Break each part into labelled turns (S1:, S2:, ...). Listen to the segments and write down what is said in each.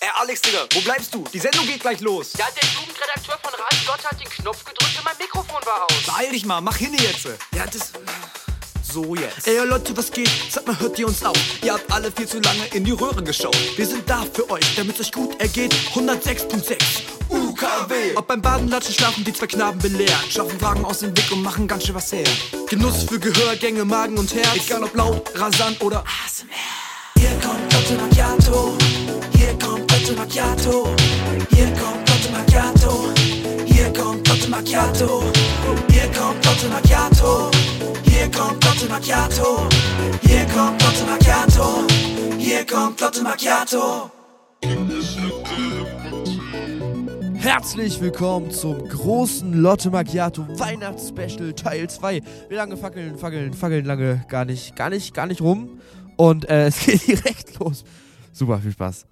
S1: Ey, Alex, Digga, wo bleibst du? Die Sendung geht gleich los.
S2: Ja, der Jugendredakteur von Radio Gott hat den Knopf gedrückt und mein Mikrofon war aus.
S1: Beeil dich mal, mach hin jetzt.
S3: Ja, das. äh,
S1: So jetzt.
S3: Ey Leute, was geht? Sagt mal, hört ihr uns auf? Ihr habt alle viel zu lange in die Röhre geschaut. Wir sind da für euch, damit's euch gut ergeht. 106.6 UKW. Ob beim Baden, Latschen, Schlafen, die zwei Knaben belehren. Schaffen Fragen aus dem Weg und machen ganz schön was her. Genuss für Gehör, Gänge, Magen und Herz. Egal ob laut, rasant oder ASMR. Hier kommt Lotte Macchiato. Hier kommt Lotte Macchiato. Hier kommt Lotte Macchiato. Hier kommt Lotte Macchiato. Hier kommt Lotte Macchiato. Hier kommt Lotte Macchiato. Hier kommt Lotte Macchiato. Hier kommt Lotte Macchiato.
S4: Herzlich willkommen zum großen Lotte Macchiato Weihnachtsspecial Teil 2. Wir lange fackeln, fackeln, fackeln lange gar nicht, gar nicht, gar nicht rum. Und äh, es geht direkt los. Super, viel Spaß.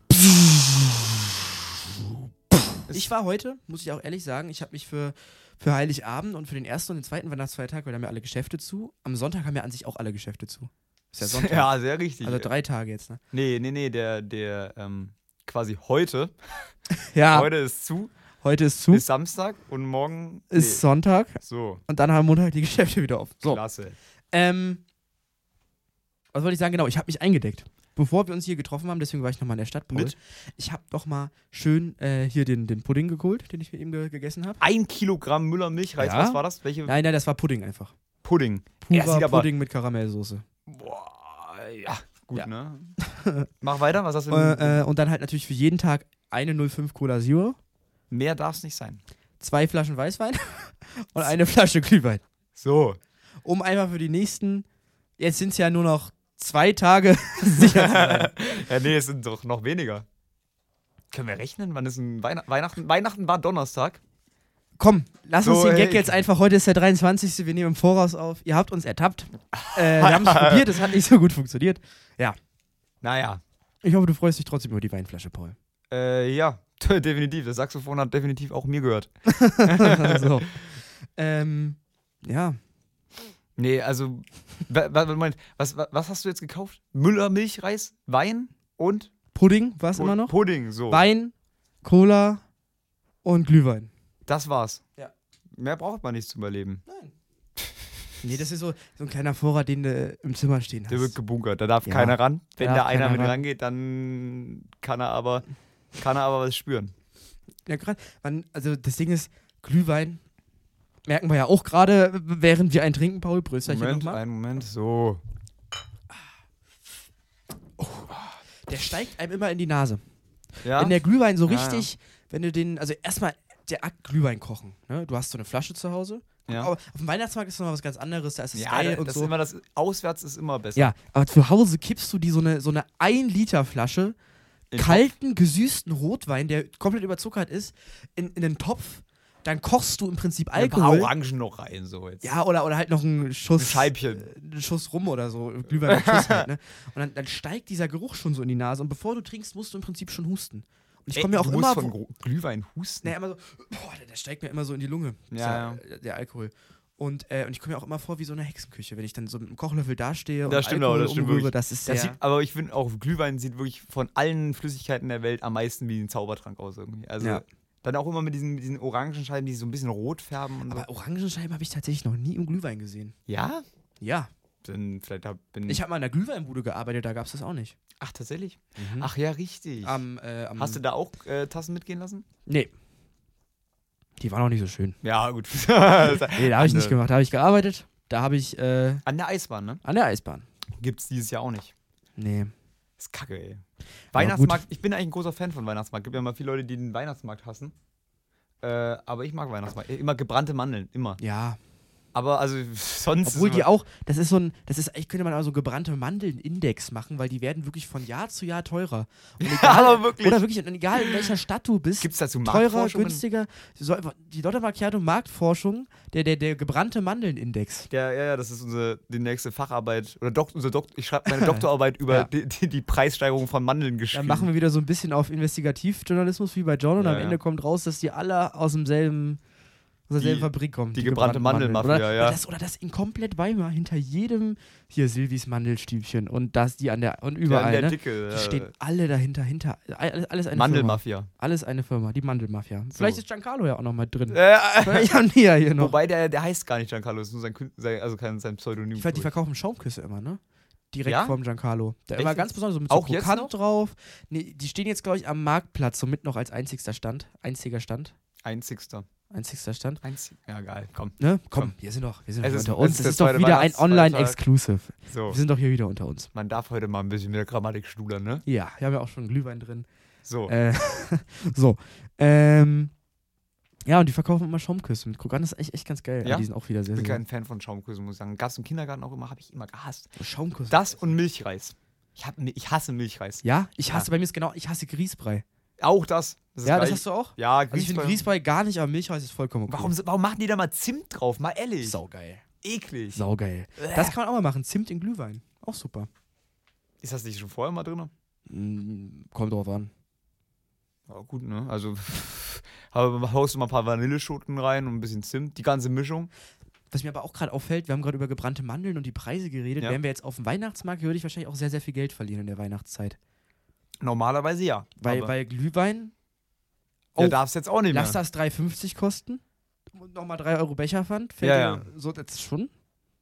S4: Ich war heute, muss ich auch ehrlich sagen, ich habe mich für, für Heiligabend und für den ersten und den zweiten Weihnachtsfeiertag, weil da haben ja alle Geschäfte zu. Am Sonntag haben ja an sich auch alle Geschäfte zu. Ist ja Sonntag.
S5: Ja, Ah, sehr richtig.
S4: Also drei Tage jetzt, ne?
S5: nee, nee, nee, der, der ähm, quasi heute,
S4: Ja, heute,
S5: heute ist zu,
S4: ist zu,
S5: ist Samstag und morgen nee.
S4: Hm? ist Sonntag
S5: so.
S4: und dann haben Montag die Geschäfte wieder offen. So.
S5: Klasse.
S4: Ähm, was wollte ich sagen? Genau, ich habe mich eingedeckt. Bevor wir uns hier getroffen haben, deswegen war ich nochmal in der Stadt, Paul.
S5: Mit?
S4: Ich habe doch mal schön äh, hier den, den Pudding geholt, den ich mit ihm ge gegessen habe.
S5: Ein Kilogramm Müller Milchreis,
S4: Ja.
S5: was war das? Welche
S4: Nein, nein, das war Pudding einfach.
S5: Pudding?
S4: Purer
S5: er sieht aber,
S4: Pudding mit Karamellsoße.
S5: boah, ja, gut,
S4: Ja.
S5: ne? Mach weiter, was hast du?
S4: Äh, äh, und dann halt natürlich für jeden Tag eine 05 Cola Zero,
S5: Mehr darf es nicht sein.
S4: zwei Flaschen Weißwein und eine Flasche Glühwein.
S5: So.
S4: Um einfach für die nächsten, jetzt sind es ja nur noch zwei Tage sicher zu sein.
S5: Ja, nee, es sind doch noch weniger. Können wir rechnen? Wann ist ein Weihnachten? Weihnachten? Weihnachten war Donnerstag.
S4: Komm, lass uns
S5: So, äh,
S4: den
S5: ey.
S4: Gag jetzt einfach. Heute ist der 23. Wir nehmen im Voraus auf. Ihr habt uns ertappt. Äh, wir haben es probiert, es hat nicht so gut funktioniert.
S5: Naja.
S4: Ich hoffe, du freust dich trotzdem über die Weinflasche, Paul.
S5: Äh, ja, definitiv. Das Saxophon hat definitiv auch mir gehört.
S4: so. Also, ähm, ja,
S5: Nee, also, wa- wa- Moment, was, wa- was hast du jetzt gekauft? Müller, Milchreis, Wein und
S4: Pudding war es
S5: Pu-
S4: immer noch.
S5: Pudding, so.
S4: Wein, Cola und Glühwein.
S5: Das war's.
S4: Ja.
S5: Mehr braucht man nicht zum Überleben.
S4: Nee, das ist so, so ein kleiner Vorrat, den du im Zimmer stehen
S5: Der wird
S4: hast.
S5: gebunkert, da darf
S4: Ja.
S5: keiner ran. Wenn
S4: Da
S5: da,
S4: darf
S5: einer
S4: keiner
S5: mit
S4: ran.
S5: rangeht, dann kann er aber, kann er aber was spüren.
S4: Ja, grad, man, also das Ding ist, Glühwein merken wir ja auch gerade, während wir einen trinken, Paul. Prösterchen
S5: Moment,
S4: nochmal.
S5: einen Moment, so.
S4: Der steigt einem immer in die Nase.
S5: Ja,
S4: Wenn der Glühwein so
S5: Ja, ja.
S4: richtig, wenn du den, also erstmal der Akt Glühwein kochen. Ne? Du hast so eine Flasche zu Hause.
S5: ja.
S4: Aber auf dem Weihnachtsmarkt ist noch was ganz anderes, da ist es
S5: ja
S4: geil
S5: das,
S4: und
S5: das
S4: so.
S5: ist immer das, auswärts ist immer besser.
S4: Ja, aber zu Hause kippst du die so eine, so eine 1 Liter Flasche
S5: In den
S4: kalten, gesüßten Rotwein, der komplett überzuckert ist, in, in einen Topf. Dann kochst du im Prinzip
S5: Ein paar
S4: Alkohol.
S5: Orangen noch rein, so jetzt.
S4: Ja, oder, oder halt noch einen Schuss.
S5: Ein Scheibchen.
S4: äh, Einen Schuss rum oder so. Glühwein mit Schuss halt, ne? Und dann, dann steigt dieser Geruch schon so in die Nase. Und bevor du trinkst, musst du im Prinzip schon husten. Und ich komme mir auch
S5: du
S4: immer.
S5: musst von
S4: wo-
S5: Gro- Glühwein husten.
S4: Naja, immer so, boah, der, der steigt mir immer so in die Lunge,
S5: Ja,
S4: dieser, äh, der Alkohol. Und, äh, und ich komme mir auch immer vor wie so eine Hexenküche, wenn ich dann so mit einem Kochlöffel dastehe und
S5: Das stimmt
S4: Alkohol
S5: auch, das stimmt
S4: umrühre,
S5: wirklich.
S4: das ist
S5: Das
S4: sehr...
S5: sieht, aber ich finde auch, Glühwein sieht wirklich von allen Flüssigkeiten der Welt am meisten wie ein Zaubertrank aus irgendwie. Also
S4: Ja.
S5: dann auch immer mit diesen, mit diesen Orangenscheiben, die so ein bisschen rot färben und so.
S4: aber Orangenscheiben habe ich tatsächlich noch nie im Glühwein gesehen.
S5: Ja?
S4: Ja,
S5: Dann vielleicht hab, bin
S4: ich habe mal in einer Glühweinbude gearbeitet, da gab es das auch nicht.
S5: Ach, tatsächlich?
S4: Mhm.
S5: Ach ja, richtig.
S4: Am, äh, am,
S5: Hast du da auch äh, Tassen mitgehen lassen?
S4: Nee. Die waren auch nicht so schön.
S5: Ja, ne. gut.
S4: Nee, da habe ich
S5: An
S4: nicht
S5: der-
S4: gemacht, da habe ich gearbeitet, da habe ich äh,
S5: An der Eisbahn, ne?
S4: an der Eisbahn.
S5: Gibt's dieses Jahr auch nicht.
S4: Nee.
S5: Ist kacke, ey.
S4: Aber
S5: Weihnachtsmarkt, ich bin eigentlich ein großer Fan von Weihnachtsmarkt. Gibt ja immer viele Leute, die den Weihnachtsmarkt hassen. Äh, aber ich mag Weihnachtsmarkt. Immer gebrannte Mandeln, immer.
S4: Ja,
S5: Aber also sonst. ist
S4: Obwohl die
S5: immer-
S4: auch, das ist so ein, das ist, eigentlich könnte man auch so gebrannte Mandeln-Index machen, weil die werden wirklich von Jahr zu Jahr teurer. Und egal,
S5: aber wirklich.
S4: Oder wirklich, und egal in welcher Stadt du bist,
S5: Gibt's dazu
S4: teurer,
S5: Marktforschungen?
S4: günstiger. So, einfach die Lotte Macchiato Marktforschung, der, der, der gebrannte Mandeln-Index.
S5: Ja, ja, ja, das ist unsere die nächste Facharbeit. Oder Dok unser Dok ich schreibe meine Doktorarbeit über
S4: Ja.
S5: die, die, die Preissteigerung von Mandeln
S4: Dann
S5: geschrieben.
S4: machen wir wieder so ein bisschen auf Investigativjournalismus wie bei John und
S5: Ja,
S4: am
S5: ja.
S4: Ende kommt raus, dass die alle aus demselben aus derselben
S5: Die-
S4: Fabrik kommt.
S5: die gebrannte
S4: gebrannten Mandeln,
S5: Mandelmafia,
S4: oder?
S5: ja.
S4: Oder das, oder das in komplett Weimar hinter jedem hier Silvis Mandelstübchen und das, die an der, und überall,
S5: der
S4: ne?
S5: Dicke,
S4: die
S5: ja.
S4: stehen alle dahinter, hinter, alles, alles eine Firma.
S5: Mandelmafia.
S4: Alles eine Firma, die Mandelmafia. Vielleicht ist Giancarlo ja auch noch mal drin.
S5: Äh,
S4: Vielleicht haben die ja hier noch.
S5: wobei der, der heißt gar nicht Giancarlo, das ist nur sein, Kün- sein, also kein, sein
S4: Ich
S5: Pseudonym.
S4: weiß, die
S5: glaub
S4: verkaufen Schaumküsse immer, ne? Direkt
S5: Ja?
S4: vorm Giancarlo. Da
S5: Echt
S4: immer
S5: jetzt?
S4: ganz besonders so mit so
S5: Auch jetzt noch?
S4: Krokant drauf. Nee, die stehen jetzt, glaube ich, am Marktplatz, somit noch als einzigster Stand. Einziger Stand.
S5: ich. Einzigster.
S4: Einzigster Stand.
S5: Einzig. Ja, geil, komm.
S4: Ne? Komm,
S5: Komm.
S4: wir sind doch, wir sind
S5: Es
S4: doch
S5: ist-
S4: unter uns.
S5: es ist
S4: Es
S5: der
S4: ist doch
S5: zweite Oh.
S4: wieder ein
S5: Weihnachtsfeiertag.
S4: Online-Exclusive.
S5: So.
S4: Wir sind doch hier wieder unter uns.
S5: Man darf heute mal ein bisschen mit der Grammatik studern, ne?
S4: Ja, wir haben ja auch schon Glühwein drin.
S5: So.
S4: Äh, so. Ähm, ja, und die verkaufen immer Schaumküsse mit Krokant. Das ist echt, echt ganz geil.
S5: Ja?
S4: Die sind auch wieder sehr,
S5: ich bin
S4: sehr.
S5: kein Fan von Schaumküssen, muss ich sagen. Gast im Kindergarten auch immer, habe ich immer gehasst.
S4: Schaumküsse.
S5: Das und Milchreis. Ich, hab, Mi- ich hasse Milchreis.
S4: ja, ich hasse, bei mir ist genau, ich hasse Grießbrei.
S5: Auch das. ist
S4: Ja, das
S5: gleich.
S4: hast du auch?
S5: Ja,
S4: Also ich finde Grießbrei gar nicht, aber Milchreis ist vollkommen okay.
S5: Warum, so- warum machen die da mal Zimt drauf? Mal ehrlich.
S4: Saugeil.
S5: Eklig.
S4: Saugeil. Das kann man auch mal machen. Zimt in Glühwein. Auch super.
S5: Ist das nicht schon vorher mal drin? Mm,
S4: Kommt drauf an.
S5: Ja, gut, ne? Also, aber haust du mal ein paar Vanilleschoten rein und ein bisschen Zimt. Die ganze Mischung.
S4: Was mir aber auch gerade auffällt, wir haben gerade über gebrannte Mandeln und die Preise geredet.
S5: Ja.
S4: Wären wir jetzt auf dem Weihnachtsmarkt, würde ich wahrscheinlich auch sehr, sehr viel Geld verlieren in der Weihnachtszeit.
S5: Normalerweise ja.
S4: Weil,
S5: aber
S4: weil Glühwein,
S5: der
S4: Oh.
S5: darf es jetzt auch nicht mehr.
S4: lass das 3,50 kosten. Und nochmal 3 Euro Becherpfand. Fällt
S5: Ja,
S4: dir So, das ist schon.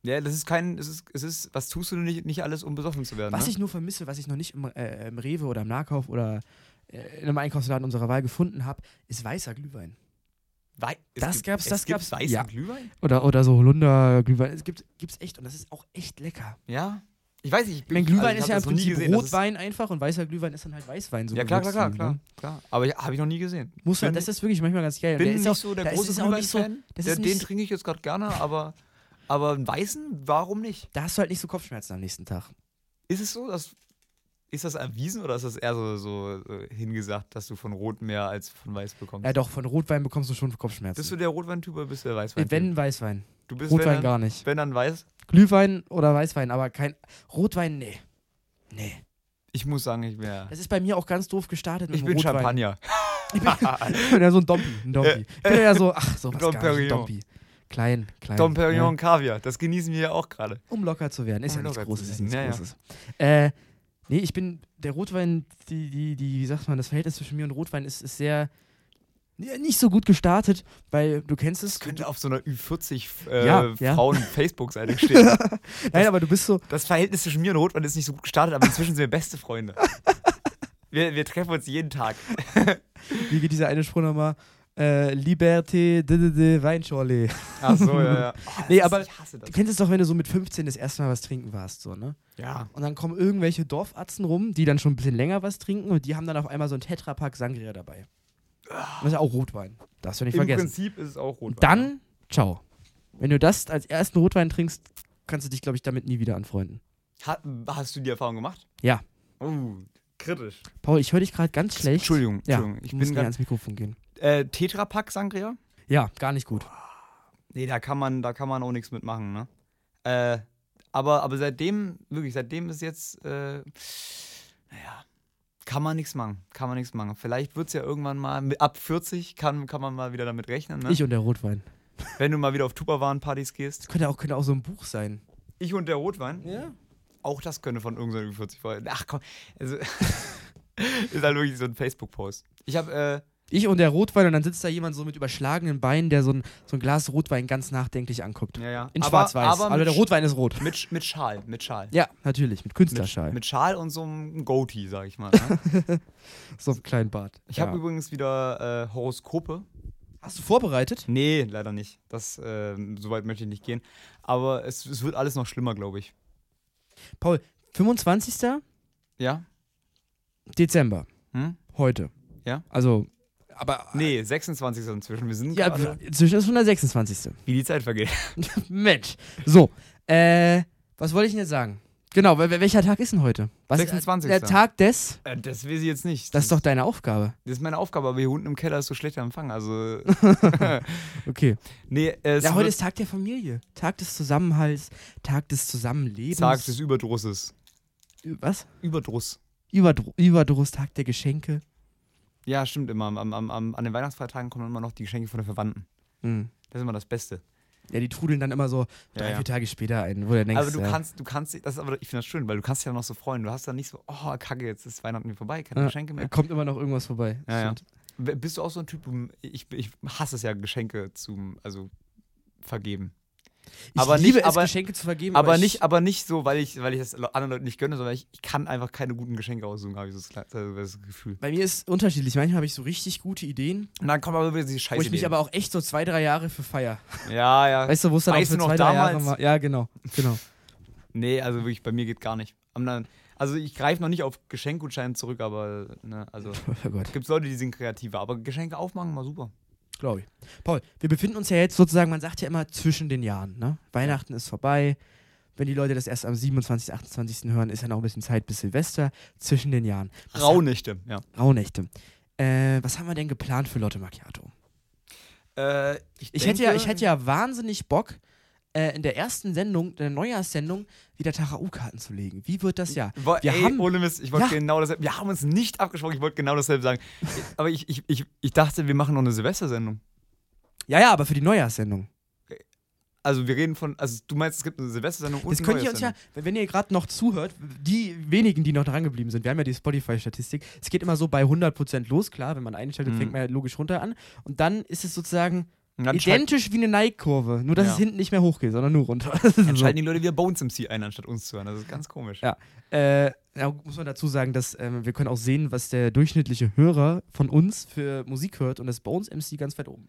S5: Ja, das ist kein, es ist, es ist, was tust du denn nicht, nicht alles, um besoffen zu werden?
S4: Was
S5: ne?
S4: ich nur vermisse, was ich noch nicht im, äh, im Rewe oder im Nahkauf oder äh, in einem Einkaufsladen unserer Wahl gefunden habe, ist weißer Glühwein.
S5: Wei- es
S4: das
S5: gibt-
S4: gab's,
S5: es
S4: das
S5: gibt
S4: gab's,
S5: Weißen
S4: ja.
S5: Glühwein?
S4: Oder, oder so Holunder, Glühwein. Es gibt, gibt's echt und das ist auch echt lecker.
S5: Ja. Ich weiß nicht, ich
S4: Ich
S5: bin.
S4: meine, Glühwein ist ja im
S5: also ich hab das noch nie
S4: Prinzip
S5: gesehen, das ist-
S4: Rotwein einfach und weißer Glühwein ist dann halt Weißwein. So
S5: Ja, klar, klar,
S4: gewürzt
S5: klar,
S4: dann,
S5: klar,
S4: ne?
S5: klar. Aber ja, habe ich noch nie gesehen.
S4: Muss
S5: bin,
S4: halt, das ist wirklich manchmal ganz geil.
S5: bin
S4: ist
S5: nicht
S4: auch,
S5: so
S4: da
S5: der
S4: ist
S5: große
S4: es auch nicht so,
S5: Glühwein-Fan.
S4: das
S5: Der-
S4: ist
S5: Den
S4: nicht,
S5: trinke ich jetzt gerade gerne, aber, aber einen weißen, warum nicht?
S4: da hast du halt nicht so Kopfschmerzen am nächsten Tag.
S5: Ist es so, dass. Ist das erwiesen oder ist das eher so, so äh, hingesagt, dass du von Rot mehr als von Weiß bekommst?
S4: Ja, doch, von Rotwein bekommst du schon Kopfschmerzen.
S5: Bist du der Rotweintyp oder bist du der Weißwein?
S4: Äh, wenn Weißwein.
S5: du bist
S4: Rotwein
S5: wenn dann,
S4: gar nicht.
S5: wenn dann weiß.
S4: Glühwein oder Weißwein, aber kein. Rotwein, nee. Nee.
S5: Ich muss sagen, ich bin ja.
S4: Das ist bei mir auch ganz doof gestartet mit
S5: Ich
S4: dem
S5: bin
S4: Rotwein.
S5: Champagner.
S4: Ich bin ja so ein Dompi. Ein Dompi. Ich bin ja so, ach, so was gar
S5: Dom
S4: nicht. Ein
S5: Perignon.
S4: Dompi. Klein, klein.
S5: Dom Perignon Kaviar, das genießen wir ja auch gerade.
S4: Um locker zu werden. Ist
S5: Um
S4: ja nichts
S5: locker zu
S4: Großes. Ist
S5: werden.
S4: nichts
S5: Ja, ja.
S4: Großes. Äh, nee, ich bin. Der Rotwein, die, die, die, wie sagt man, das Verhältnis zwischen mir und Rotwein ist, ist sehr. ja, Nicht so gut gestartet, weil du kennst es.
S5: Könnte auf so einer Ü40 äh,
S4: Ja, ja.
S5: Frauen-Facebook-Seite stehen.
S4: Nein, aber du bist so.
S5: Das Verhältnis zwischen mir und Rotwein ist nicht so gut gestartet, aber inzwischen sind wir beste Freunde. Wir, wir treffen uns jeden Tag.
S4: Wie geht dieser eine Spruch nochmal? Äh, Liberté, de, de, de, Weinschorle.
S5: Ach so, ja, ja.
S4: Nee, aber-
S5: Ich hasse Oh, das.
S4: Du kennst es doch, wenn du so mit 15 das erste Mal was trinken warst, so, ne?
S5: Ja.
S4: Und dann kommen irgendwelche Dorfatzen rum, die dann schon ein bisschen länger was trinken und die haben dann auf einmal so ein Tetrapack Sangria dabei. Und das ist auch Rotwein. Darfst du nicht
S5: Im
S4: vergessen.
S5: Prinzip ist es auch Rotwein.
S4: Und dann, ciao. Wenn du das als ersten Rotwein trinkst, kannst du dich, glaube ich, damit nie wieder anfreunden.
S5: Ha, hast du die Erfahrung gemacht?
S4: Ja.
S5: Oh, kritisch.
S4: Paul, ich höre dich gerade ganz schlecht.
S5: Entschuldigung,
S4: ja,
S5: Entschuldigung. Ich
S4: Ich muss
S5: bin
S4: näher
S5: ganz.
S4: ans Mikrofon gehen.
S5: Äh, Tetrapack Sangria?
S4: Ja, gar nicht gut.
S5: Nee, da kann man, da kann man auch nichts mitmachen, ne? Äh, aber, aber seitdem, wirklich, seitdem ist jetzt, äh, naja, kann man nichts machen. Kann man nichts machen. Vielleicht wird es ja irgendwann mal, mit, ab 40 kann, kann man mal wieder damit rechnen, ne?
S4: Ich und der Rotwein.
S5: Wenn du mal wieder auf Tupperwaren-Partys
S4: Das
S5: gehst.
S4: könnte auch, könnte auch so ein Buch sein.
S5: Ich und der Rotwein.
S4: Ja.
S5: Auch das könnte von irgendeiner Ü40 sein. Ach komm. Also, ist halt wirklich so ein Facebook-Post. Ich habe, äh,
S4: Ich und der Rotwein und dann sitzt da jemand so mit überschlagenen Beinen, der so ein, so ein Glas Rotwein ganz nachdenklich anguckt.
S5: ja, ja.
S4: In
S5: Aber-
S4: schwarz-weiß.
S5: aber
S4: Aber,
S5: mit
S4: der
S5: Sch-
S4: Rotwein ist rot.
S5: Mit, Sch- mit Schal, mit Schal.
S4: Ja, natürlich, mit
S5: Mit,
S4: Künstlerschal.
S5: mit Schal und so einem Goatee, sag ich mal. Ne?
S4: so einem kleinen Bart.
S5: Ich habe übrigens wieder äh, Horoskope.
S4: Hast du vorbereitet?
S5: Nee, leider nicht. Das, ähm, so weit möchte ich nicht gehen. Aber es, es wird alles noch schlimmer, glaube ich.
S4: Paul, 25.
S5: Ja?
S4: Dezember,
S5: Hm?
S4: heute.
S5: Ja.
S4: Also, aber.
S5: Nee, 26 ist inzwischen. Wir sind
S4: Ja,
S5: gerade,
S4: inzwischen ist schon der 26.
S5: wie die Zeit vergeht.
S4: Mensch. So, äh, was wollte ich denn jetzt sagen? Genau, wel- welcher Tag ist denn heute? Was,
S5: 26..
S4: Der Tag des.
S5: Äh, das will ich jetzt nicht.
S4: Das ist doch deine Aufgabe.
S5: Das ist meine Aufgabe, aber hier unten im Keller ist so schlechter Empfang. Also,
S4: Okay.
S5: nee, äh, es
S4: ja, heute
S5: wird
S4: ist Tag der Familie. Tag des Zusammenhalts, Tag des Zusammenlebens.
S5: Tag des Überdrusses.
S4: Was?
S5: Überdruss.
S4: Überdru Überdruss, Tag der Geschenke.
S5: Ja, stimmt immer. Am, am, am, an den Weihnachtsfeiertagen kommen immer noch die Geschenke von den Verwandten.
S4: Hm.
S5: Das ist immer das Beste.
S4: Ja, die trudeln dann immer so drei,
S5: Ja, ja.
S4: vier Tage später ein, wo du denkst,
S5: Aber du
S4: ja.
S5: kannst, du kannst, das ist aber, ich finde das schön, weil du kannst dich ja noch so freuen. Du hast dann nicht so, oh, kacke, jetzt ist Weihnachten wieder vorbei, keine
S4: ja,
S5: Geschenke mehr.
S4: kommt immer noch irgendwas vorbei.
S5: Ja, ja.
S4: Stimmt.
S5: B- Bist du auch so ein Typ, du- ich, ich hasse es ja, Geschenke zum, also vergeben.
S4: Ich
S5: Aber
S4: liebe
S5: nicht-
S4: es,
S5: aber-
S4: Geschenke zu vergeben.
S5: Aber,
S4: ich-
S5: nicht, aber nicht so, weil ich, weil ich das anderen Leuten nicht gönne, sondern ich, ich kann einfach keine guten Geschenke aussuchen, habe ich so das, kle- also das Gefühl.
S4: Bei mir ist unterschiedlich. Manchmal habe ich so richtig gute Ideen,
S5: Und dann kommen aber wieder diese Scheiße.
S4: wo ich mich aber auch echt so zwei, drei Jahre für feier.
S5: ja, ja.
S4: Weißt du, wo es dann auch
S5: Weißt
S4: so
S5: du noch
S4: zwei, drei Jahre
S5: damals?
S4: war. Ja, genau. genau.
S5: Nee, also wirklich, bei mir geht gar nicht. Am dann- Also ich greife noch nicht auf Geschenkgutscheine zurück, aber ne, also
S4: Oh Gott.
S5: gibt es Leute, die sind kreativer, aber Geschenke aufmachen war super.
S4: Glaube ich. Paul, wir befinden uns ja jetzt sozusagen, man sagt ja immer zwischen den Jahren. Ne? Weihnachten ist vorbei. Wenn die Leute das erst am 27., 28. hören, ist ja noch ein bisschen Zeit bis Silvester. Zwischen den Jahren. Was
S5: Raunichte, ja.
S4: haben- Rauhnächte. Äh, was haben wir denn geplant für Lotte Macchiato?
S5: Äh,
S4: Ich hätte, ja, ich hätte ja wahnsinnig Bock, äh, in der ersten Sendung, der Neujahrssendung, wieder Tarau-Karten zu legen. Wie wird das Jahr?
S5: Wo,
S4: Wir
S5: ey,
S4: haben-
S5: ohne Mist, ich wollte
S4: Ja.
S5: genau dasselbe. Wir haben uns nicht abgesprochen, ich wollte genau dasselbe sagen. Aber ich, ich, ich, ich dachte, wir machen noch eine Silvestersendung.
S4: Ja, ja, aber für die Neujahrssendung.
S5: Also wir reden von, also du meinst, es gibt eine Silvestersendung und
S4: Das
S5: eine
S4: könnt ihr uns ja,
S5: Neujahrssendung.
S4: wenn wenn ihr gerade noch zuhört, die wenigen, die noch dran geblieben sind, wir haben ja die Spotify-Statistik, es geht immer so bei 100% los, klar, wenn man einstellt,
S5: Mhm.
S4: fängt man ja logisch runter an. Und dann ist es sozusagen
S5: Und dann entscheid-
S4: identisch wie eine Nike-Kurve, nur dass
S5: Ja.
S4: es hinten nicht mehr hochgeht, sondern nur runter. Das ist so.
S5: entscheiden die Leute wieder Bones MC ein, anstatt uns zu hören. Das ist ganz komisch.
S4: Ja. Äh, ja, muss man dazu sagen, dass ähm, wir können auch sehen, was der durchschnittliche Hörer von uns für Musik hört und das Bones MC ganz weit oben.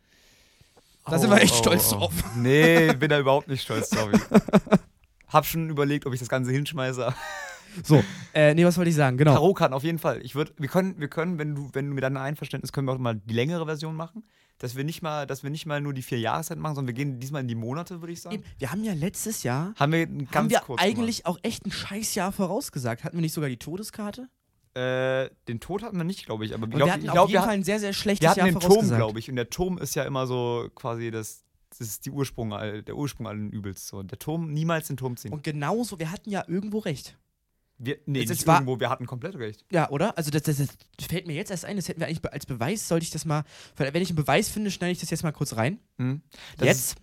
S4: Da sind wir echt stolz drauf.
S5: Oh, Nee, bin da überhaupt nicht stolz drauf. Ich Hab schon überlegt, ob ich das Ganze hinschmeiße.
S4: So, äh, nee, was wollte ich sagen? Genau.
S5: Tarotkarten auf jeden Fall. Ich würd, wir können, wir können, wenn du, wenn du mit deinem Einverständnis, können wir auch mal die längere Version machen, dass wir nicht mal, dass wir nicht mal nur die vier Jahreszeiten machen, sondern wir gehen diesmal in die Monate, würde ich sagen.
S4: Eben, Wir haben ja letztes Jahr
S5: Haben wir ganz
S4: haben wir
S5: kurz
S4: eigentlich auch echt ein Scheißjahr vorausgesagt. Hatten wir nicht sogar die Todeskarte?
S5: Äh, den Tod hatten wir nicht, glaube ich, aber
S4: Und
S5: glaub-
S4: wir hatten
S5: ich
S4: auf
S5: glaube,
S4: jeden
S5: wir,
S4: Fall
S5: hat-
S4: ein sehr, sehr
S5: wir
S4: schlechtes
S5: hatten
S4: Jahr
S5: den Turm,
S4: vorausgesagt.
S5: glaube ich. Und der Turm ist ja immer so quasi das, das ist die Ursprung, all- der Ursprung allen Übels. So. Der Turm, niemals den Turm ziehen.
S4: Und genauso, wir hatten ja irgendwo recht.
S5: Wir, nee,
S4: es- es
S5: nicht
S4: war-
S5: irgendwo, wir hatten komplett recht.
S4: Ja, oder? Also das, das, das fällt mir jetzt erst ein, das hätten wir eigentlich be- als Beweis, sollte ich das mal, wenn ich einen Beweis finde, schneide ich das jetzt mal kurz rein.
S5: Hm? Das Ist,
S4: jetzt.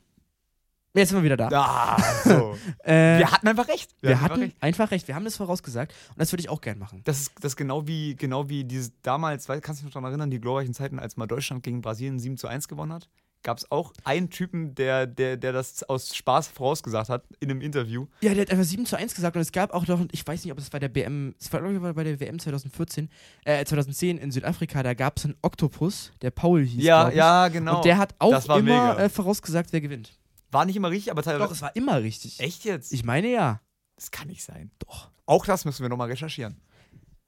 S4: Jetzt sind wir wieder da.
S5: ah, so.
S4: Äh,
S5: wir hatten einfach recht.
S4: Wir, hatten
S5: einfach
S4: einfach recht, wir haben das vorausgesagt und das würde ich auch gern machen.
S5: Das ist, das ist genau wie, genau wie dieses damals, weil- kannst du dich noch daran erinnern, die glorreichen Zeiten, als mal Deutschland gegen Brasilien 7 zu 1 gewonnen hat, gab es auch einen Typen, der, der, der das aus Spaß vorausgesagt hat in einem Interview.
S4: Ja, der hat einfach 7 zu 1 gesagt und es gab auch noch, ich weiß nicht, ob es bei der BM, es war glaube ich bei der WM 2014, äh 2010 in Südafrika, da gab es einen Oktopus, der Paul hieß. glaub ich.
S5: genau.
S4: Und der hat auch
S5: Das war
S4: immer
S5: mega.
S4: äh, vorausgesagt, wer gewinnt.
S5: War nicht immer richtig, aber teilweise.
S4: Doch, es war immer richtig.
S5: Echt jetzt?
S4: Ich meine ja.
S5: das kann nicht sein. Doch. Auch das müssen wir nochmal recherchieren.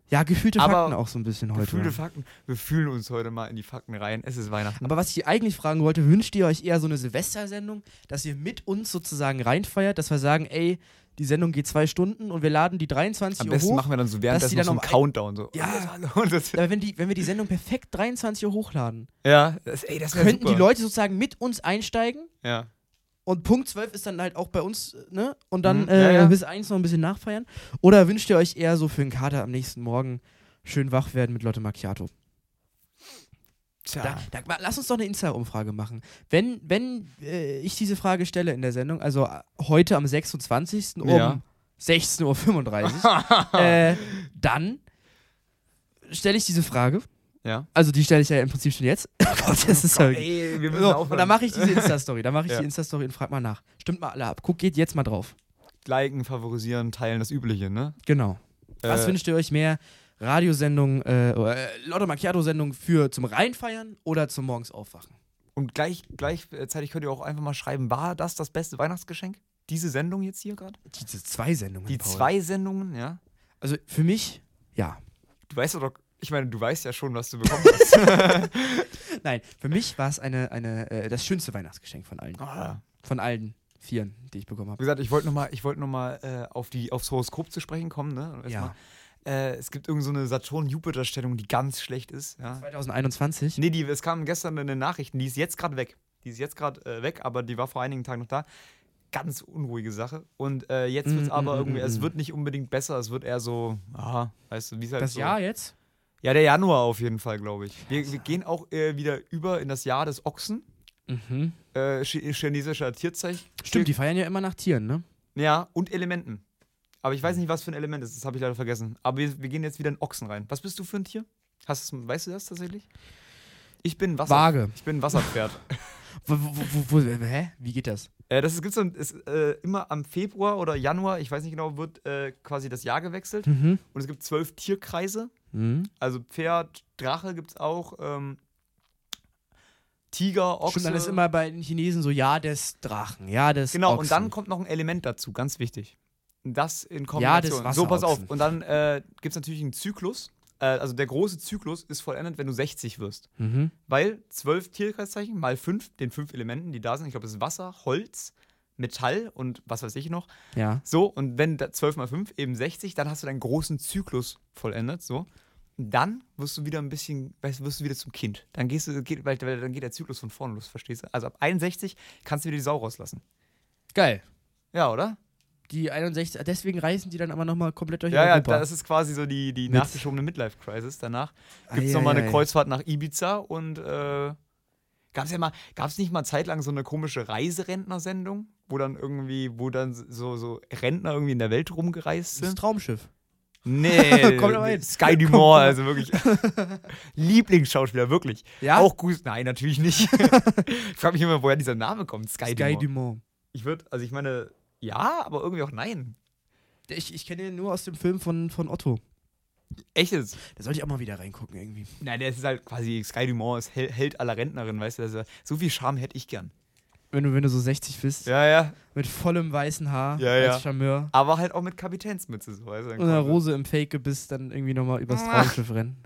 S4: Ja, gefühlte
S5: Aber
S4: Fakten auch so ein bisschen heute.
S5: Gefühle,
S4: ja.
S5: Fakten. Wir fühlen uns heute mal in die Fakten rein. Es ist Weihnachten.
S4: Aber was ich eigentlich fragen wollte, wünscht ihr euch eher so eine Silvestersendung, dass ihr mit uns sozusagen reinfeiert, dass wir sagen, ey, die Sendung geht zwei Stunden und wir laden die 23
S5: Am
S4: Uhr
S5: besten
S4: hoch.
S5: machen wir dann so
S4: die
S5: währenddessen
S4: dann
S5: noch so einen
S4: um ein-
S5: Countdown. So.
S4: Ja.
S5: Und das,
S4: Aber wenn, die, wenn wir die Sendung perfekt 23 Uhr hochladen,
S5: ja, das, ey, das wär
S4: könnten
S5: super.
S4: die Leute sozusagen mit uns einsteigen
S5: Ja.
S4: und Punkt 12 ist dann halt auch bei uns, äh, ne? Und dann
S5: Mhm,
S4: äh,
S5: ja, ja.
S4: bis eins noch ein bisschen nachfeiern. Oder wünscht ihr euch eher so für einen Kater am nächsten Morgen schön wach werden mit Lotte Macchiato?
S5: Tja.
S4: Da, da, ma- lass uns doch eine Insta-Umfrage machen. Wenn, wenn äh, ich diese Frage stelle in der Sendung, also äh, heute am 26. um
S5: Ja.
S4: 16.35 Uhr, äh, dann stelle ich diese Frage.
S5: ja.
S4: Also die stelle ich ja im Prinzip schon jetzt. Oh Gott, das ist ja wirklich-
S5: Ey, wir
S4: so, und dann mache ich diese Insta-Story. Dann mache ich
S5: Ja.
S4: die Insta-Story und frag mal nach. Stimmt mal alle ab. Guck, geht jetzt mal drauf.
S5: Liken, favorisieren, teilen, das Übliche, ne?
S4: Genau. Was
S5: Äh,
S4: wünscht ihr euch mehr? Radiosendung, äh, oder, äh, Lotto Macchiato-Sendung für zum Reinfeiern oder zum Morgens aufwachen?
S5: Und gleich, gleichzeitig könnt ihr auch einfach mal schreiben, war das das beste Weihnachtsgeschenk? Diese Sendung jetzt hier gerade?
S4: Diese zwei Sendungen.
S5: Die
S4: Paul.
S5: zwei Sendungen, ja?
S4: Also für mich, ja.
S5: Du weißt doch, ich meine, du weißt ja schon, was du bekommen hast.
S4: Nein, für mich war es eine, eine, äh, das schönste Weihnachtsgeschenk von allen.
S5: Ah.
S4: Von allen Vieren, die ich bekommen
S5: Wie
S4: habe.
S5: gesagt, ich wollte nochmal wollt noch mal, äh, auf die, aufs Horoskop zu sprechen kommen. Ne?
S4: Ja.
S5: Äh, es gibt irgendeine so eine Saturn-Jupiter-Stellung, die ganz schlecht ist. Ja?
S4: 2021.
S5: Nee, die, es kam gestern in den Nachrichten, die ist jetzt gerade weg. Die ist jetzt gerade äh, weg, aber die war vor einigen Tagen noch da. Ganz unruhige Sache. Und äh, jetzt wird es
S4: Mm,
S5: aber
S4: mm,
S5: irgendwie,
S4: mm,
S5: es
S4: mm.
S5: wird nicht unbedingt besser, es wird eher so, aha, weißt du, wie es halt
S4: Das
S5: so.
S4: Jahr jetzt?
S5: Ja, der Januar auf jeden Fall, glaube ich. Wir, wir gehen auch äh, wieder über in das Jahr des Ochsen.
S4: Mhm.
S5: äh, chi- chinesischer Tierzeug.
S4: Stimmt, die feiern ja immer nach Tieren, ne?
S5: Ja, und Elementen. Aber ich weiß nicht, was für ein Element es ist. Das habe ich leider vergessen. Aber wir, wir gehen jetzt wieder in Ochsen rein. Was bist du für ein Tier? Hast du's, weißt du das tatsächlich? Ich bin Wasser.
S4: Waage.
S5: Ich bin ein Wasserpferd.
S4: Wo, wo, wo, wo, hä? Wie geht das?
S5: äh, das ist, gibt's so ein, ist, äh, immer am Februar oder Januar, ich weiß nicht genau, wird äh, quasi das Jahr gewechselt.
S4: Mhm.
S5: Und es gibt zwölf Tierkreise.
S4: Mhm.
S5: Also Pferd, Drache gibt es auch. Ähm, Tiger, Ochse.
S4: Stimmt, dann ist immer bei den Chinesen so, ja, des Drachen, ja, des
S5: Genau,
S4: Ochsen.
S5: und dann kommt noch ein Element dazu, ganz wichtig. Das in
S4: Ja, das
S5: Kombination.
S4: Wasser-
S5: so, pass auf.
S4: Ochsen.
S5: Und dann äh, gibt es natürlich einen Zyklus. Äh, also der große Zyklus ist vollendet, wenn du 60 wirst.
S4: Mhm.
S5: Weil zwölf Tierkreiszeichen mal fünf, den fünf Elementen, die da sind, ich glaube, das ist Wasser, Holz, Metall und was weiß ich noch.
S4: Ja.
S5: So, und wenn da 12 mal 5 eben 60, dann hast du deinen großen Zyklus vollendet, so. Und Dann wirst du wieder ein bisschen, weißt, wirst du wieder zum Kind. Dann gehst du, geht, weil, weil dann geht der Zyklus von vorne los, verstehst du? Also ab 61 kannst du wieder die Sau rauslassen.
S4: Geil.
S5: Ja, oder?
S4: Die 61, deswegen reisen die dann aber nochmal komplett durch
S5: Ja, ja,
S4: Europa.
S5: das ist quasi so die, die
S4: Mit-
S5: nachgeschobene Midlife-Crisis. Danach
S4: Ah,
S5: gibt es
S4: ja,
S5: nochmal
S4: ja,
S5: eine
S4: ja.
S5: Kreuzfahrt nach Ibiza und äh, gab es ja mal, gab es nicht mal zeitlang so eine komische Reiserentner-Sendung, wo dann irgendwie, wo dann so, so Rentner irgendwie in der Welt rumgereist
S4: das
S5: sind?
S4: Traumschiff.
S5: Nee, äh,
S4: Komm doch hin.
S5: Sky Dumont, also wirklich. Lieblingsschauspieler, wirklich.
S4: Ja?
S5: Auch gut. Nein, natürlich nicht. ich frage mich immer, woher dieser Name kommt. Sky,
S4: Guy
S5: Dumont.
S4: Dumont.
S5: Ich würde, also ich meine, ja, aber irgendwie auch nein.
S4: Ich, ich kenne den nur aus dem Film von, von Otto.
S5: Echtes.
S4: Da sollte ich auch mal wieder reingucken irgendwie.
S5: Nein, der ist halt quasi Sky Dumont, ist Hel Held aller Rentnerin, weißt du. Also, so viel Charme hätte ich gern.
S4: Wenn du, wenn du so 60 bist,
S5: Ja, ja.
S4: mit vollem weißen Haar
S5: Ja, ja.
S4: als Charmeur
S5: Aber halt auch mit Kapitänsmütze, so weißt du. dann
S4: und einer
S5: kommt so-
S4: Rose im Fake-Gebiss dann irgendwie nochmal übers
S5: Ah.
S4: Traumschiff rennen.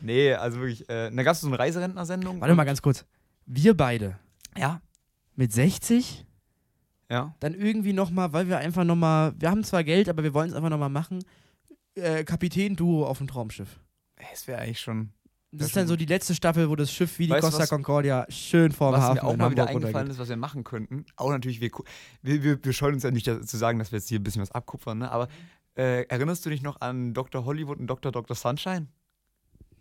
S5: Nee, also wirklich. Äh, da gab es so eine Reiserentner-Sendung.
S4: Warte mal ganz kurz. Wir beide
S5: Ja.
S4: mit 60,
S5: Ja.
S4: dann irgendwie nochmal, weil wir einfach nochmal, wir haben zwar Geld, aber wir wollen es einfach nochmal machen, äh, Kapitän-Duo auf dem Traumschiff.
S5: Es wäre eigentlich schon.
S4: Das
S5: Ja,
S4: ist dann
S5: schon
S4: so die letzte Staffel, wo das Schiff wie die
S5: Weißt du,
S4: Costa
S5: was-
S4: Concordia schön vorm
S5: Was
S4: Hafen
S5: mir auch
S4: in
S5: mal wieder
S4: Hamburg
S5: eingefallen
S4: runtergeht.
S5: ist, was wir machen könnten. Auch natürlich, wir, gu- wir, wir, wir scheuen uns ja nicht da- zu sagen, dass wir jetzt hier ein bisschen was abkupfern, ne? aber äh, erinnerst du dich noch an Dr. Hollywood und Dr. Dr. Sunshine?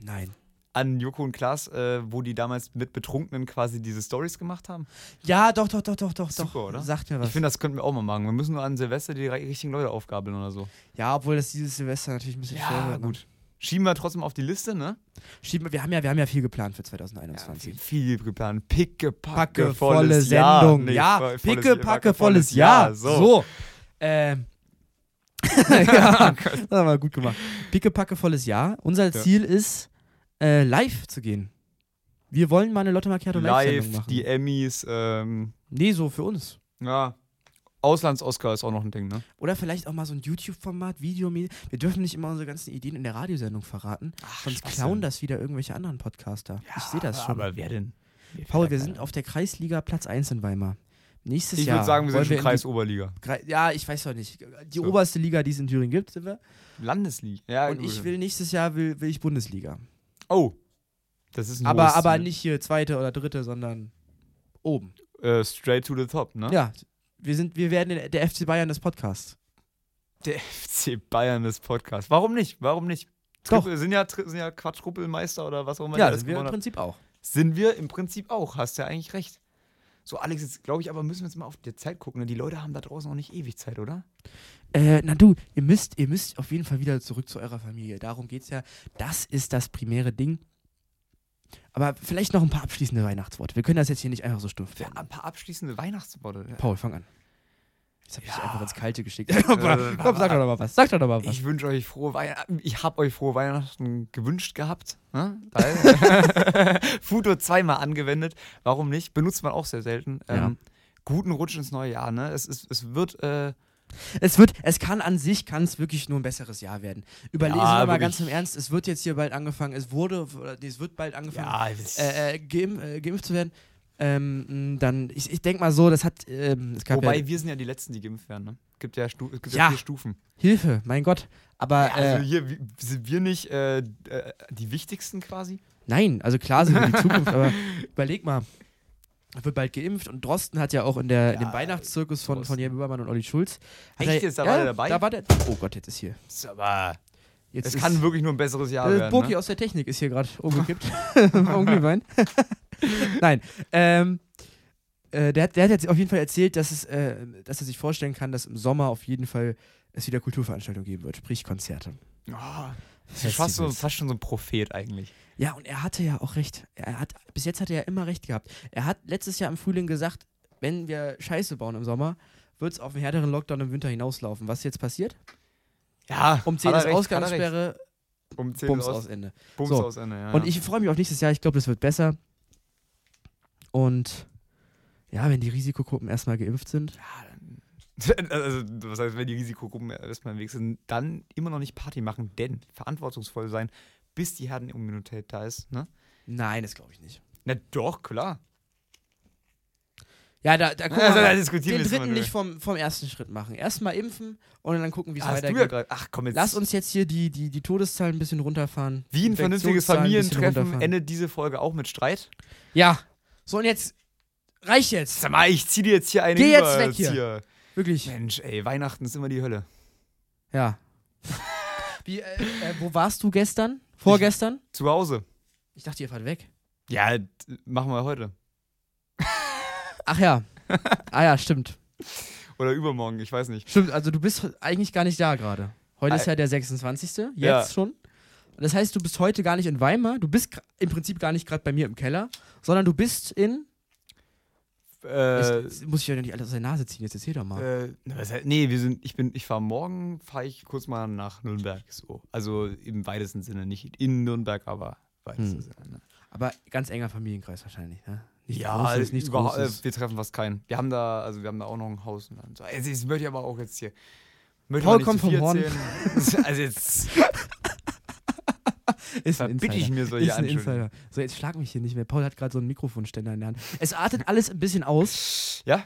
S4: Nein.
S5: An Joko und Klaas, äh, wo die damals mit Betrunkenen quasi diese Stories gemacht haben?
S4: Ja, doch, doch, doch, doch, doch.
S5: Super,
S4: doch.
S5: oder?
S4: Sagt mir
S5: Ich
S4: was.
S5: finde, das könnten wir auch mal machen. Wir müssen nur an Silvester die rei- richtigen Leute aufgabeln oder so.
S4: Ja, obwohl das dieses Silvester natürlich ein bisschen schwer wird. ne?
S5: Schieben wir trotzdem auf die Liste, ne?
S4: Schieben wir, wir, haben ja, wir haben ja viel geplant für 2021.
S5: Viel, viel geplant. Pickepacke,
S4: Packe,
S5: volle
S4: volle
S5: Jahr.
S4: Sendung.
S5: Nee,
S4: Ja,
S5: volles-
S4: picke, packe, volles
S5: Jahr.
S4: Jahr.
S5: So. Oh
S4: So. Ähm. ja, das haben wir gut gemacht. Picke, packe, volles Jahr. Unser
S5: Ja.
S4: Ziel ist, äh, live zu gehen. Wir wollen mal eine Lotte Macchiato Live-Sendung
S5: Live,
S4: machen.
S5: die Emmys, ähm,
S4: nee, so für uns.
S5: Ja. Auslands-Oscar ist auch noch ein Ding, ne?
S4: Oder vielleicht auch mal so ein YouTube-Format, Videomedia. Wir dürfen nicht immer unsere ganzen Ideen in der Radiosendung verraten. sonst klauen das wieder irgendwelche anderen Podcaster. ich sehe das schon.
S5: wer denn?
S4: Paul, wir sind auf der Kreisliga Platz 1 in Weimar. Nächstes
S5: Ich
S4: Jahr.
S5: würde sagen, wir
S4: wollen
S5: sind schon
S4: in
S5: Kreis Oberliga.
S4: die Kre- Ja, ich weiß doch nicht. Die
S5: So.
S4: oberste Liga, die es in Thüringen gibt, sind wir.
S5: Landesliga. Ja,
S4: Und
S5: gut.
S4: ich will nächstes Jahr will, will ich Bundesliga.
S5: Oh. Das ist ein hohes
S4: Aber, aber
S5: Ziel.
S4: nicht hier zweite oder dritte, sondern oben.
S5: Äh, straight to the top, ne?
S4: Ja. Wir, sind, wir werden der- der FC Bayern des Podcasts.
S5: Der FC Bayern des Podcasts. Warum nicht? Warum nicht?
S4: Doch.
S5: Triple, sind ja, tri- sind ja Quatschruppelmeister oder was auch immer. die
S4: Ja,
S5: alles
S4: sind wir im
S5: gewonnen haben.
S4: Prinzip auch.
S5: sind wir im Prinzip auch. Hast ja eigentlich recht. So, Alex, jetzt glaube ich aber, müssen wir jetzt mal auf die Zeit gucken. Ne? Die Leute haben da draußen auch nicht ewig Zeit, oder?
S4: Äh, na du, ihr müsst, ihr müsst auf jeden Fall wieder zurück zu eurer Familie. Darum geht's ja. Das ist das primäre Ding. Aber vielleicht noch ein paar abschließende Weihnachtsworte. Wir können das jetzt hier nicht einfach so stumpf werden.
S5: Ein paar abschließende Weihnachtsworte.
S4: Paul, fang an. Jetzt hab ich dich einfach ins Kalte geschickt.
S5: Äh,
S4: Komm, sag doch noch mal was. Sag doch noch mal was.
S5: Ich wünsche euch frohe Weihnachten. Ich habe euch frohe Weihnachten gewünscht gehabt. Ne? Da- Futo zweimal angewendet. Warum nicht? Benutzt man auch sehr selten. Ähm, Guten Rutsch ins neue Jahr. Ne? Es, ist, es wird. Äh,
S4: Es wird, es kann an sich, kann es wirklich nur ein besseres Jahr werden. Überlesen
S5: Ja,
S4: wir mal
S5: wirklich.
S4: ganz im Ernst, es wird jetzt hier bald angefangen, es wurde, oder nee, es wird bald angefangen, äh, äh, geim, äh, geimpft zu werden. Ähm, mh, dann, ich, ich denke mal so, das hat, ähm, es gab
S5: wobei
S4: ja
S5: wir sind ja die Letzten, die geimpft werden. Ne? Gibt ja, Stu es gibt
S4: Ja.
S5: vier Stufen.
S4: Hilfe, mein Gott. Aber
S5: Also
S4: äh,
S5: hier wie- sind wir nicht äh, äh, die Wichtigsten quasi.
S4: nein, also klar sind wir die Zukunft, aber überleg mal. Er wird bald geimpft und Drosten hat ja auch in, der, in dem
S5: Ja,
S4: Weihnachtszirkus von, von
S5: Drosten.
S4: Jan Böhmermann und Olli Schulz. hat
S5: Echt
S4: er-
S5: jetzt? Da
S4: ja,
S5: war der dabei?
S4: Da war der. Oh Gott, jetzt ist hier.
S5: Aber
S4: Jetzt
S5: es
S4: ist-
S5: kann wirklich nur ein besseres Jahr
S4: Äh,
S5: werden.
S4: Burki
S5: ne?
S4: aus der Technik ist hier gerade umgekippt. Umgeweint. Nein. Ähm, äh, der, hat, der hat jetzt auf jeden Fall erzählt, dass, es, äh, dass er sich vorstellen kann, dass im Sommer auf jeden Fall es wieder Kulturveranstaltungen geben wird, sprich Konzerte.
S5: Ah, Das ist fast, so,
S4: Festivals.
S5: fast schon so ein Prophet eigentlich.
S4: Ja, und er hatte ja auch recht. Er hat, bis jetzt hat er ja immer recht gehabt. Er hat letztes Jahr im Frühling gesagt, wenn wir Scheiße bauen im Sommer, wird es auf einen härteren Lockdown im Winter hinauslaufen. Was ist jetzt passiert?
S5: Ja,
S4: Um 10 ist Ausgangssperre,
S5: Um 10
S4: Bums
S5: Bums
S4: aus
S5: aus,
S4: Ende.
S5: Bums
S4: So.
S5: aus Ende, ja.
S4: Und
S5: ja.
S4: ich freue mich auf nächstes Jahr. Ich glaube, das wird besser. Und ja, wenn die Risikogruppen erstmal geimpft sind.
S5: Also, was heißt, wenn die Risikogruppen erstmal im Weg sind, dann immer noch nicht Party machen, denn verantwortungsvoll sein, bis die Herdenimmunität da ist, ne?
S4: Nein, das glaube ich nicht.
S5: Na doch, klar.
S4: Ja, da, da gucken
S5: Also,
S4: wir
S5: da
S4: mal.
S5: diskutieren
S4: Den
S5: wir jetzt
S4: dritten
S5: mal
S4: nicht vom, vom ersten Schritt machen. Erstmal impfen und dann gucken, wie es
S5: Ah, hast du ja
S4: weitergeht.
S5: gerade. Ach komm, jetzt.
S4: Lass uns jetzt hier die, die, die Todeszahlen ein bisschen runterfahren.
S5: wie ein vernünftiges
S4: Infektionszahlen ein bisschen
S5: Familientreffen
S4: runterfahren.
S5: endet diese Folge auch mit Streit.
S4: Ja. So, und jetzt. Reicht jetzt.
S5: Sag mal, ich zieh dir jetzt hier eine
S4: Geh jetzt
S5: über,
S4: weg hier. Wirklich.
S5: Mensch, ey, Weihnachten ist immer die Hölle.
S4: Ja. wie, äh, äh, wo warst du gestern? Vorgestern?
S5: Zu Hause.
S4: Ich dachte, ihr fahrt weg.
S5: Ja, d- machen wir heute.
S4: Ach ja. Ah ja, stimmt.
S5: Oder übermorgen, ich weiß nicht.
S4: Stimmt, also du bist eigentlich gar nicht da gerade. Heute ist ja der 26. Jetzt
S5: Ja.
S4: schon. Das heißt, du bist heute gar nicht in Weimar. Du bist gra- im Prinzip gar nicht gerade bei mir im Keller, sondern du bist in.
S5: Äh,
S4: ich, muss ich ja nicht alles aus der Nase ziehen, jetzt erzähl doch mal.
S5: äh, na, was heißt- nee, wir sind, ich bin, ich fahre morgen, fahre ich kurz mal nach Nürnberg. So. Also im weitesten Sinne, nicht in Nürnberg, aber weitesten
S4: Hm.
S5: Sinne. Ne?
S4: Aber ganz enger Familienkreis wahrscheinlich, ne?
S5: Ja,
S4: Großes, nichts
S5: überha-
S4: Großes.
S5: äh, wir treffen fast keinen. Wir haben da, also wir haben da auch noch ein Haus und dann so. Also, das möchte ich aber auch jetzt hier. Möchte
S4: Paul
S5: man
S4: kommt
S5: nicht zu viel
S4: vom Horn.
S5: erzählen. Also jetzt
S4: Ist ein
S5: verbitte ich
S4: Insider.
S5: mir solche
S4: Ist ein
S5: Anschuldigungen.
S4: Insider. So, jetzt schlag mich hier nicht mehr. Paul hat gerade so einen Mikrofonständer in der Hand. Es artet alles ein bisschen aus.
S5: Ja,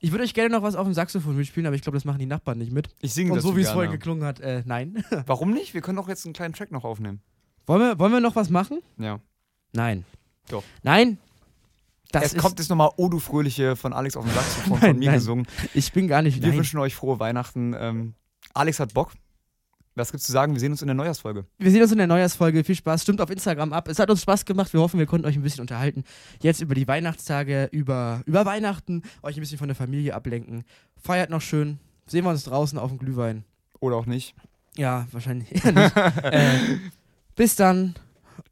S4: Ich würde euch gerne noch was auf dem Saxophon mitspielen, aber ich glaube, das machen die Nachbarn nicht mit.
S5: ich singe
S4: Und
S5: das
S4: so wie es vorhin
S5: gerne.
S4: geklungen hat, äh, nein.
S5: Warum nicht? Wir können auch jetzt einen kleinen Track noch aufnehmen.
S4: wollen, wir, wollen wir noch was machen?
S5: Ja.
S4: Nein.
S5: Doch.
S4: Nein. Das
S5: es
S4: ist,
S5: kommt jetzt nochmal O du Fröhliche von Alex auf dem Saxophon
S4: Nein,
S5: von mir
S4: nein.
S5: gesungen.
S4: ich bin gar nicht.
S5: Wir
S4: nein.
S5: wünschen euch frohe Weihnachten. Ähm, Alex hat Bock. Was gibt's zu sagen? Wir sehen uns in der Neujahrsfolge.
S4: Wir sehen uns in der Neujahrsfolge. Viel Spaß. Stimmt auf Instagram ab. Es hat uns Spaß gemacht. Wir hoffen, wir konnten euch ein bisschen unterhalten. Jetzt über die Weihnachtstage, über, über Weihnachten, euch ein bisschen von der Familie ablenken. Feiert noch schön. Sehen wir uns draußen auf dem Glühwein.
S5: Oder auch nicht.
S4: Ja, wahrscheinlich eher nicht. äh, bis dann.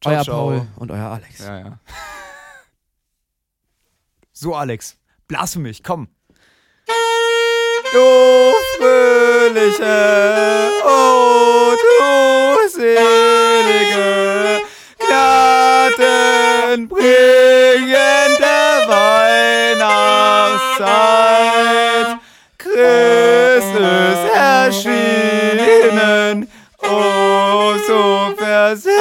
S5: Ciao,
S4: euer
S5: ciao.
S4: Paul und euer Alex.
S5: Ja, ja. So, Alex, blas für mich, komm. Du fröhliche, oh du selige, gnadenbringende Weihnachtszeit. Christus erschienen, oh so verseelt.